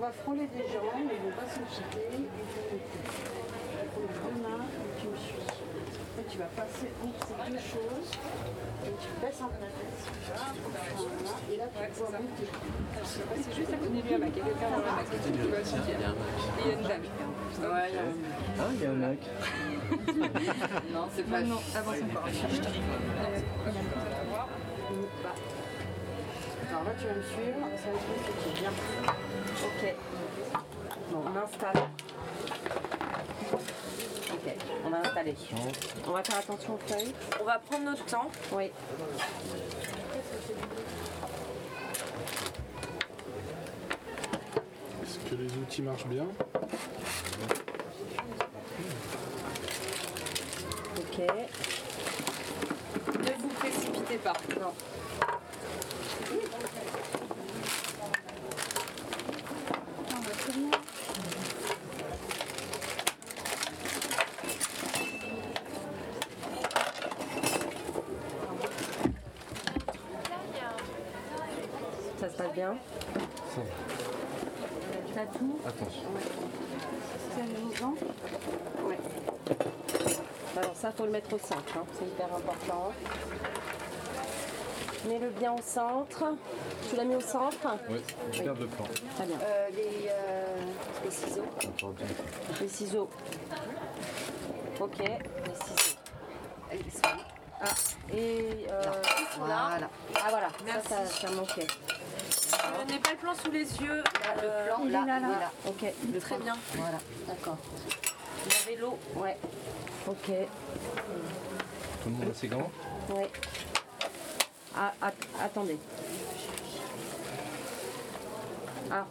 va frôler des gens, mais ils ne vont pas s'en quitter. Il faut vraiment que tu me suis. Et tu vas passer entre ces deux choses. Et tu baisses un peu la tête. Et là, tu vois monter. C'est juste à côté de lui, à Mac. Il y a quelqu'un dans la Mac qui va aussi dire. Il y a une dame. Ouais, Ah, il y a un lac. non, c'est pas. Non, non, avance encore. Bah. Alors là, tu vas me suivre. Ça va être compliqué. Bien. Ok. Bon, on installe. Ok, on va installer. On va faire attention aux feuilles. On va prendre notre temps. Oui. Est-ce que les outils marchent bien Ok. Ne vous précipitez pas. Non. Ça se passe bien Ça. T'as tout Attention. Ouais. Alors ça, faut le mettre au centre, hein. c'est hyper important. Mets-le bien au centre. Tu l'as mis au centre Oui, je garde le plan. Très bien. Euh, les, euh, les ciseaux. Encore bien. Les ciseaux. Ok, les ciseaux. Ils sont là. Et euh, Ils sont là. ah voilà, Merci. ça, ça, ça manquait. Je n'ai pas le plan sous les yeux. le plan, Il est là, là. Ok, le Très point. bien. Voilà, d'accord. Il y avait l'eau. Ouais. Ok. Tout le monde a ses gants Ouais. Ah, att- attendez. Ah.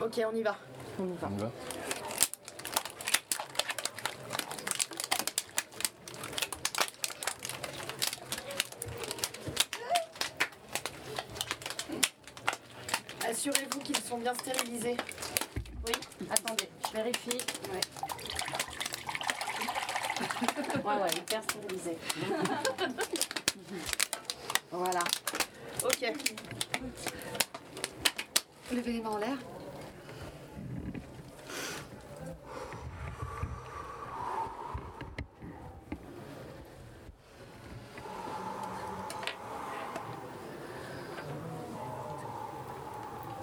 Ok, on y va. On y va. On y va Assurez-vous qu'ils sont bien stérilisés. Attendez, je vérifie. Ouais. Ouais, ouais, hyper stérilisé. Voilà. Ok. Levez les mains en l'air.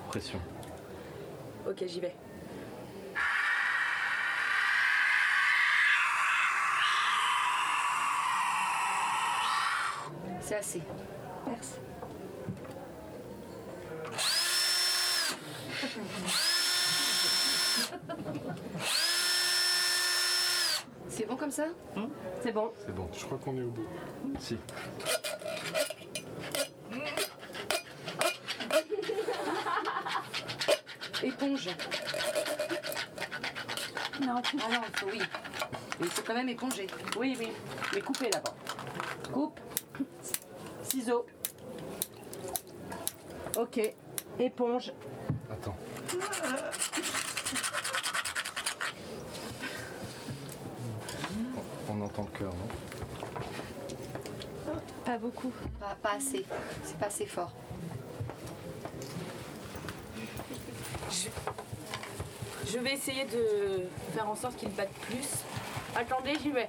Pression. Ok, j'y vais. C'est assez. Perce. C'est bon comme ça C'est bon. C'est bon. Je crois qu'on est au bout. Si. Éponge. Ah non, il faut- oui. Mais il faut quand même éponger. Oui, oui. Mais coupez d'abord. Coupe. Ciseaux. Ok. Éponge. Attends. On on entend le cœur, non Pas beaucoup. Pas, pas assez. C'est pas assez fort. Je, je vais essayer de faire en sorte qu'il batte plus. Attendez, j'y vais.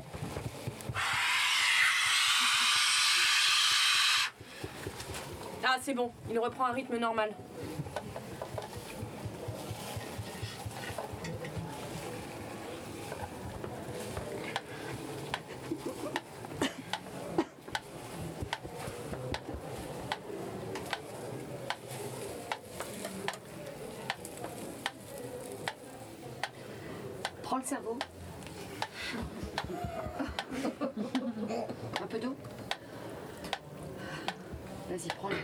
Ah, c'est bon. Il reprend un rythme normal. Prends le cerveau. Un peu d'eau. Vas-y, prends-le.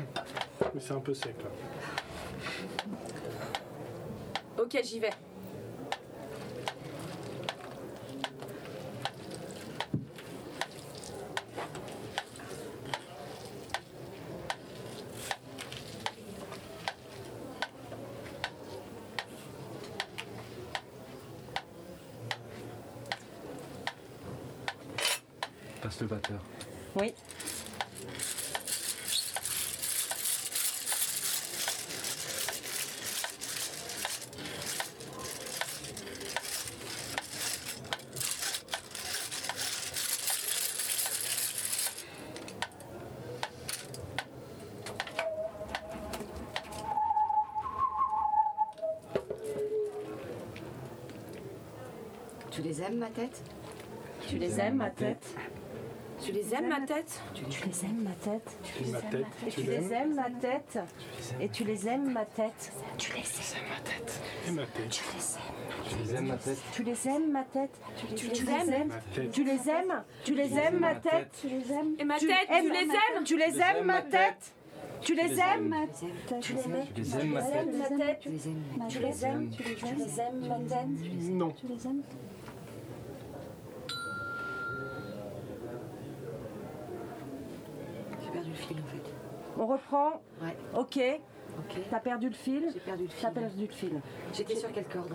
Mais c'est un peu sec hein. là. Ok, j'y vais. passe le batteur. Oui. Tu les aimes, ma tête Tu les aimes, ma tête Tu les aimes, ma tête Tu les aimes, ma tête Et ma tête, Et tu tu les l'aimes aimes, ma tête Et tu les aimes, ma tête Et ma tête, Tu les aimes, ma tête Tu les aimes, ma tête Tu les aimes ma tête. Tu les aimes Tu les aimes, ma tête Tu les aimes Et ma Tu tête, tu aimes- les aimes Tu les aimes, ma tête Tu les aimes ma Tu les aimes tête Tu les aimes Tu les aimes, ma Tu les aimes tête ma tête Tu les aimes Tu les aimes Tu les aimes, ma tête Non. Tu les aimes J'ai perdu le fil en fait. On reprend Ouais, Ok. ok. T'as perdu le fil J'ai perdu le fil. T'as perdu le fil. J'étais sur quelle corde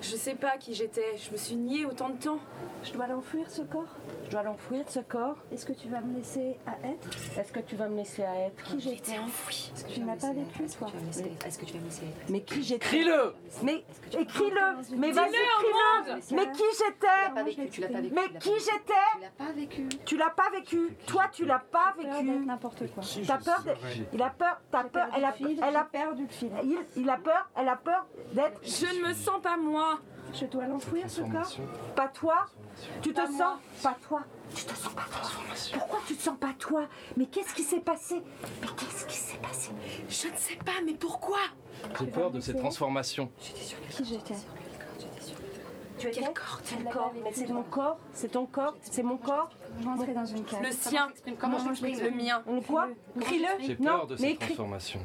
Je sais pas qui j'étais, je me suis niée autant de temps. Je dois l'enfouir ce corps Je dois l'enfouir ce corps Est-ce que tu vas me laisser à être Est-ce que tu vas me laisser à Oh, être Qui j'étais Est-ce que Tu n'as pas vécu, Est-ce que toi. tu vas me laisser être Est-ce que tu vas me laisser être Mais qui j'étais Crie-le Mais écris-le Mais vas-y, Dis-le au crie-le monde Mais qui Ah, Tu l'as pas j'étais vécu, tu l'as pas vécu. tu l'as Mais qui pas vécu. j'étais Tu l'as pas vécu. Tu l'as pas vécu Toi, tu l'as pas peur d'être vécu n'importe quoi Qui T'as je peur serais de- Il a peur, t'as J'ai peur, perdu elle a, le fil, elle a j'ai perdu le fil. Il, il a peur, elle a peur d'être Je ne me sens pas moi. Je dois l'enfouir ce corps Transformation. pas toi. Tu te Pas sens moi. pas toi. Tu te sens pas toi. Pourquoi tu te sens pas toi Mais qu'est-ce qui s'est passé Mais qu'est-ce qui s'est passé Je ne sais pas, mais pourquoi J'ai peur de ces transformations. Qui j'étais Tu étais Quel corps Quel corps Mais c'est mon corps, c'est ton corps, c'est mon corps. Je rentrais dans une Le cage. sien, Comment je m'exprime le mien. On quoi J'ai Crie-le. peur Non, de mais ces écris. transformations.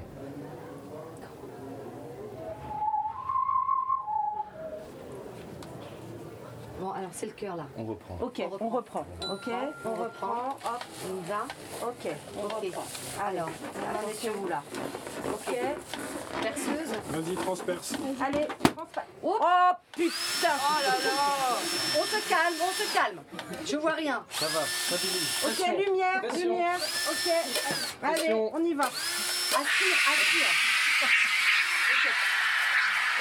Bon, alors c'est le cœur là. On reprend. Ok, on reprend. Ok, on reprend. Hop, On y va. ok, on Ok. reprend. Alors, attention vous là. Ok. Perceuse. Vas-y, transperce. Allez. Oh, oh putain. On se calme, on se calme. Je vois rien. Ça va, stabilise. Ok, lumière, Attention. lumière. Ok. Allez, Attention. on y va. Assure, assure.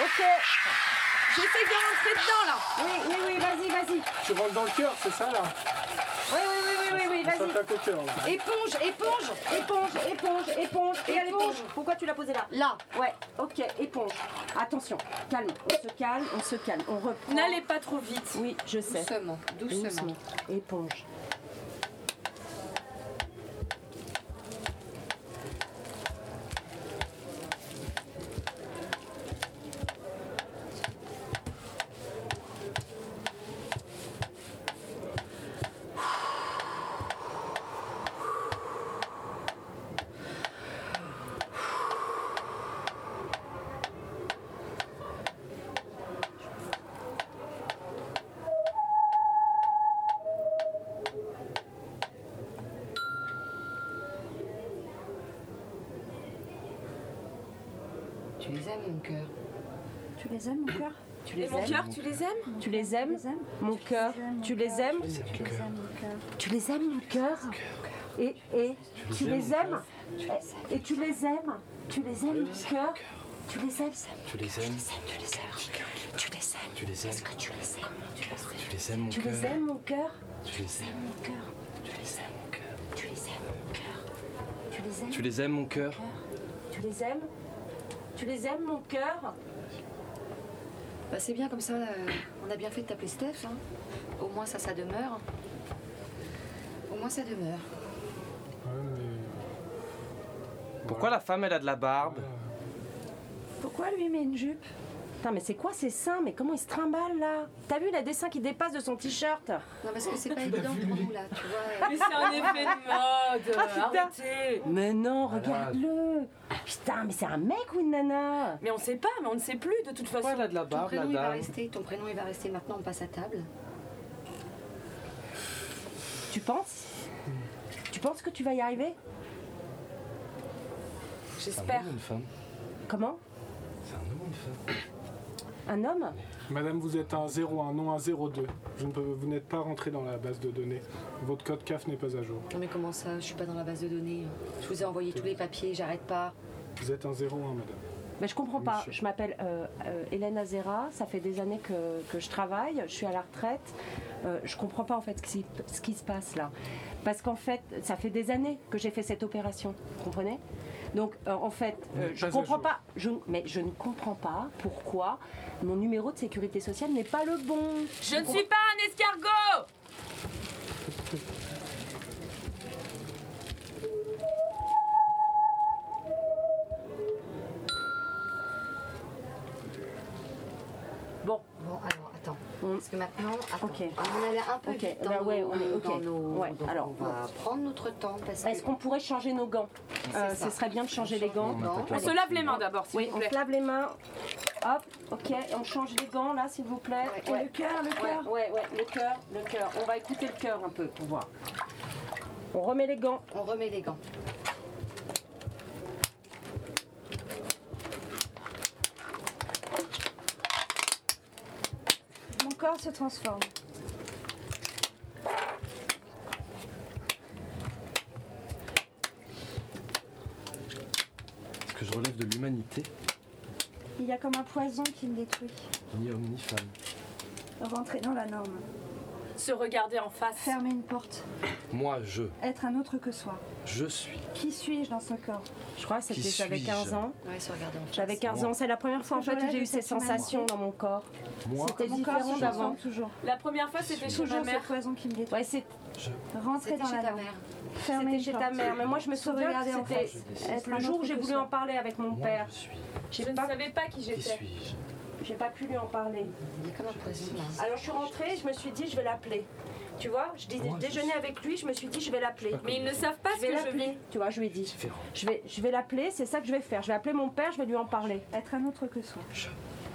Ok. J'essaie de rentrer dedans là. Oui, oui, oui. Vas-y, vas-y. Tu rentres dans le cœur, c'est ça là Oui, oui, oui, oui, oui, oui. Ça Vas-y. tape au cœur là. Éponge, éponge. Éponge, éponge, éponge. Et à l'éponge. Éponge. Pourquoi tu l'as posée là Là. Ouais, ok, éponge. Attention, calme, on se calme, on se calme, on reprend. N'allez pas trop vite. Oui, je sais. Doucement, doucement. Doucement. Éponge. Tu les aimes mon cœur. Tu les aimes, mon cœur Tu Et les mon aimes. cœur, tu les aimes Tu les aimes, les aimes mon cœur Tu les aimes Tu les aimes, mon cœur Tu les aimes, mon cœur Et, et, tu les aimes Eh, Et tu les aimes Tu les aimes, mon cœur Tu les aimes Tu les aimes Tu les aimes Tu les aimes Que tu les aimes Tu les aimes, mon Tu les cœur aimes, mon cœur Tu les aimes, mon cœur Tu les aimes, mon cœur Tu les aimes, mon cœur Tu les aimes Tu les aimes, mon cœur Tu les aimes Tu les aimes, mon cœur Bah, c'est bien comme ça. là, on a bien fait de t'appeler Steph. hein. Au moins ça, ça demeure. Au moins ça demeure. Ouais, mais... Pourquoi la femme, elle a de la barbe Pourquoi lui met une jupe Putain, mais c'est quoi ces seins Mais comment il se trimballe là T'as vu la dessin qui dépasse de son t-shirt Non, parce que c'est pas évident pour nous là, tu vois. Mais c'est un effet de mode. Ah, putain. Arrêtez. Mais non, Voilà. regarde-le Ah, Putain, mais c'est un mec ou une nana Mais on sait pas, mais on ne sait plus de toute façon. Pourquoi elle a de la Ton barbe, la prénom, il va dame rester, ton prénom il va rester maintenant, on passe à table. Tu penses Tu penses que tu vas y arriver C'est un J'espère. homme ou une femme Comment C'est un homme ou une femme Un homme Madame, vous êtes un 0, un non, un 02. Je ne peux, vous n'êtes pas rentré dans la base de données. Votre code CAF n'est pas à jour. Non mais comment ça Je suis pas dans la base de données. Je vous ai envoyé tous les papiers, j'arrête pas. Vous êtes un 0, un, madame. Mais je comprends pas. Monsieur. Je m'appelle euh, euh, Hélène Azera. Ça fait des années que, que je travaille. Je suis à la retraite. Euh, je comprends pas en fait ce qui, ce qui se passe là. Parce qu'en fait, ça fait des années que j'ai fait cette opération. Vous comprenez Donc euh, en fait, Vous euh, n'êtes je pas à comprends jour. pas. Je, mais je ne comprends pas pourquoi mon numéro de sécurité sociale n'est pas le bon. Je ne suis pas un escargot Bon, Bon alors attends. Mm. Parce que maintenant, attends. Ok. On allait un peu Ok, vite dans bah ouais, nos- on est- ok. dans nos- Ouais, donc alors, on va prendre notre temps parce est-ce que qu'on pourrait changer nos gants Euh, C'est ça. Ce serait bien de changer les gants. Non. On se lave les mains d'abord, s'il Oui, vous on plaît. se lave les mains. Hop, ok, on change les gants là, s'il vous plaît. Ouais. le cœur, le cœur. Ouais, ouais, le cœur, le cœur. On va écouter le cœur un peu pour voir. On remet les gants. on remet les gants. Mon corps se transforme. Est-ce que je relève de l'humanité Il y a comme un poison qui me détruit. Ni homme ni femme. Rentrer dans la norme. Se regarder en face. Fermer une porte. Moi, je. Être un autre que soi. Je suis. Qui suis-je dans ce corps Je crois que c'était Qui j'avais suis-je 15 ans. Ouais, se regarder en face. J'avais 15 ans, c'est la première fois en fait Voilà, que j'ai eu j'ai ces cette sensations dans mon corps. Moi, C'était Mon corps différent se d'avant. transforme toujours. La première fois, c'était chez ma Toujours mère. ce poison qui me détruit. Ouais, c'est- Rentrer C'était dans chez la ta norme. mère. Fermer c'était une chez ta porte. mère, mais moi je me Se souviens que regarder en c'était Être le un jour où autre j'ai que voulu soi. en parler avec mon moi, père. je suis. Je J'ai ne pas, savais pas qui Qui j'étais. suis-je j'ai pas pu lui en parler. Il y a comme un poison là. Alors je suis rentrée, je me suis dit je vais l'appeler. Tu vois, je dis- Moi, je déjeunais avec lui, je me suis dit je vais l'appeler. Mais ils ne savent pas Je ce vais que je vis. l'appeler, tu vois, je lui ai dit. Différent. Je vais, je vais l'appeler, c'est ça que je vais faire. Je vais appeler mon père, je vais lui en parler. Être un autre que soi.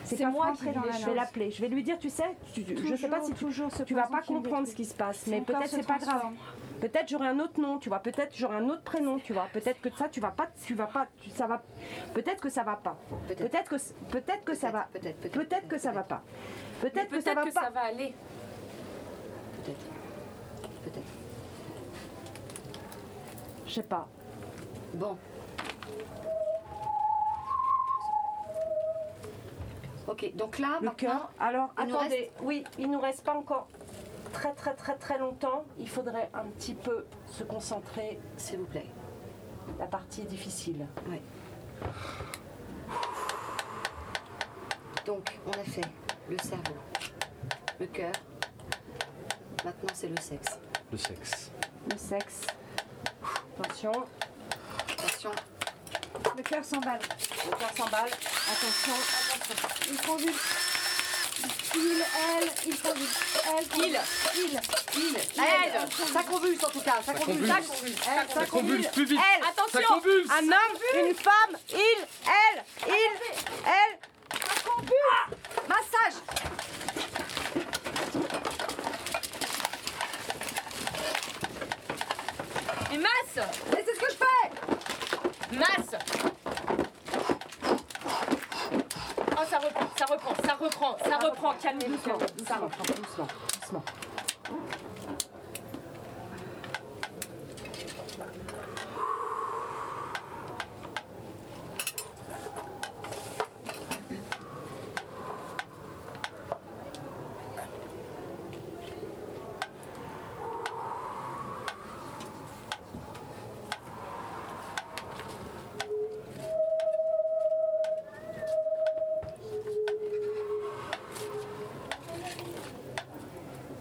C'est C'est pas moi moi qui qui l'ai Je vais lancé. l'appeler. Je vais lui dire, tu sais, tu- tu- je sais pas si tu, toujours ce tu vas poison pas qui me comprendre détruit. ce qui se passe, Si mais mon corps peut-être se c'est pas grave. transforme. Peut-être j'aurai un autre nom, tu vois. Peut-être j'aurai un autre prénom, tu vois. Peut-être que ça, tu vas pas, tu vas pas, tu- ça va. Peut-être que ça va pas. Peut-être. Peut-être que, c- peut-être que ça va. Peut-être, peut-être, Peut-être que ça va pas. Peut-être que ça va Peut-être que ça pas. va aller. Peut-être. Peut-être. Je sais pas. Bon. Ok, donc là, Le maintenant, cœur. Alors il nous attendez, oui, il nous reste pas encore très très très très longtemps. Il faudrait un petit peu se concentrer s'il vous plaît. la partie difficile. Ouais. Donc, on a fait le cerveau, le cœur. Maintenant, c'est le sexe. Le sexe. Le sexe. Attention, Attention, Le cœur s'emballe. le cœur s'emballe. Attention. Il convulse. Il, elle, il convulse. Elle, Il, il. il, elle, ça convulse en tout cas, ça convulse. Ça convulse. Ça Elle, ça convulse. convulse. plus vite Elle, Attention un homme, une femme, il, elle, il, elle. Massage Et masse Mais c'est ce que je fais Masse Oh, ça reprend, ça reprend, ça reprend, ça reprend, calmez-vous. calmez-vous, Ça reprend. Doucement, doucement.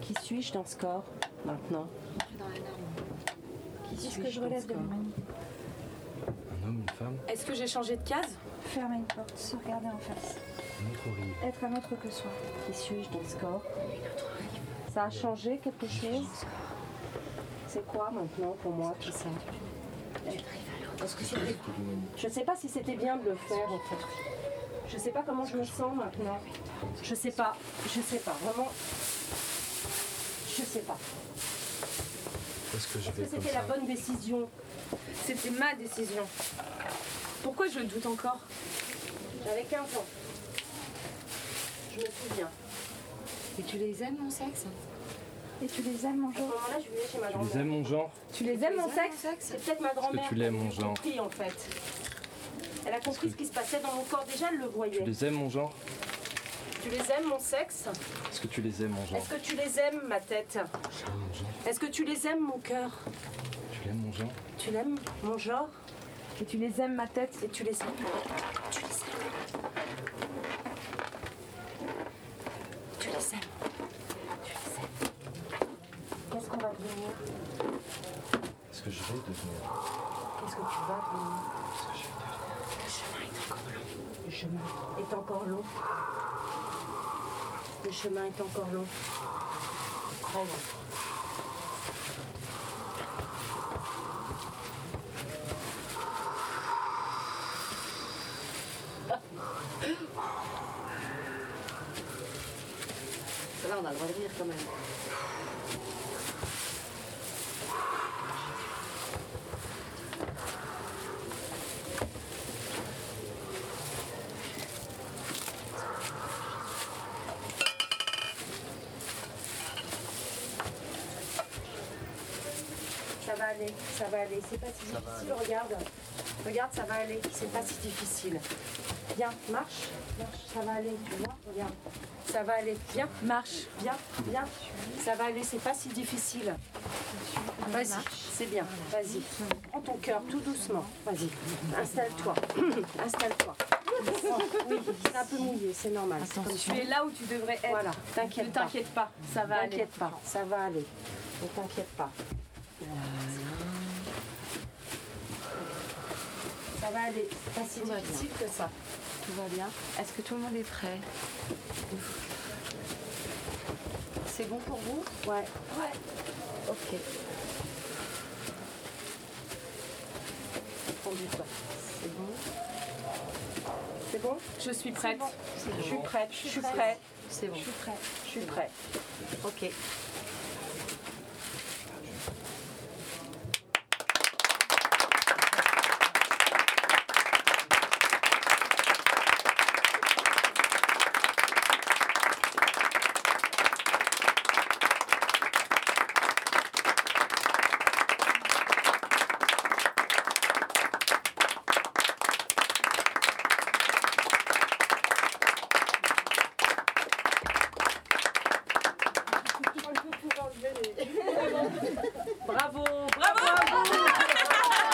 Qui suis-je dans ce corps maintenant Dans la norme. Qui Est-ce que je relève de l'humanité Un homme, une femme, Est-ce que j'ai changé de case Fermer une porte, se regarder en face. un autre horrible. Être un autre que soi. Qui suis-je dans ce corps Ça a changé quelque chose C'est quoi maintenant pour moi tout ça Parce que c'était- Je sais pas si c'était bien de le faire en fait. Je sais pas comment je me sens maintenant. Je sais pas, je sais pas, vraiment. Je sais pas. Est-ce que je vais Est-ce que comme c'était la ça bonne décision C'était ma décision. Pourquoi je doute encore J'avais 15 ans. je me souviens. Et tu les aimes, mon sexe Et tu les aimes, mon À ce genre moment-là, je vivais chez ma Tu les grand-mère. aimes, mon genre Tu les aimes, mon Tu les aimes, sexe C'est peut-être ma grand-mère. tu l'aimes, qui a mon genre compris, en fait. Elle a que- compris ce qui se passait dans mon corps déjà, elle le Tu voyait. les aimes, mon genre Tu les aimes, mon sexe Est-ce que tu les aimes, mon genre Est-ce que tu les aimes, ma tête Tu l'aimes, mon genre Est-ce que tu les aimes, mon cœur Tu l'aimes, mon genre Tu l'aimes, mon genre Et tu les aimes, ma tête Et tu les aimes Tu les aimes Tu les aimes Qu'est-ce qu'on va devenir Est-ce que je vais devenir Qu'est-ce que tu vas devenir Est-ce que je vais devenir Le chemin est encore long. Le chemin est encore long. Très long. Ça va, on a le droit de rire quand même. Ça va aller, ça va aller. C'est pas si difficile, regarde. Regarde, ça va aller. C'est pas si difficile. Viens, marche, marche, ça va aller. Tu vois, regarde. Ça va aller. Viens, Marche. viens, viens. Ça va aller, c'est pas si difficile. Vas-y, c'est bien. Vas-y. Prends ton cœur tout doucement. Vas-y. Installe-toi. Installe-toi. Oui, c'est un peu mouillé, c'est normal. C'est comme ça. Tu es là où tu devrais être. Voilà, Ne t'inquiète pas. t'inquiète pas, ça va aller. T'inquiète pas, ça va aller. Ne t'inquiète pas. Ça va aller. C'est pas si Tout va difficile que ça. Tout va bien. Est-ce que tout le monde est prêt C'est bon pour vous Ouais. Ok. Prends du temps. C'est bon. C'est bon Je suis prête. Je suis prête. Je suis prête. C'est bon. Je suis prête. Je suis prête. Ok. Bravo, bravo.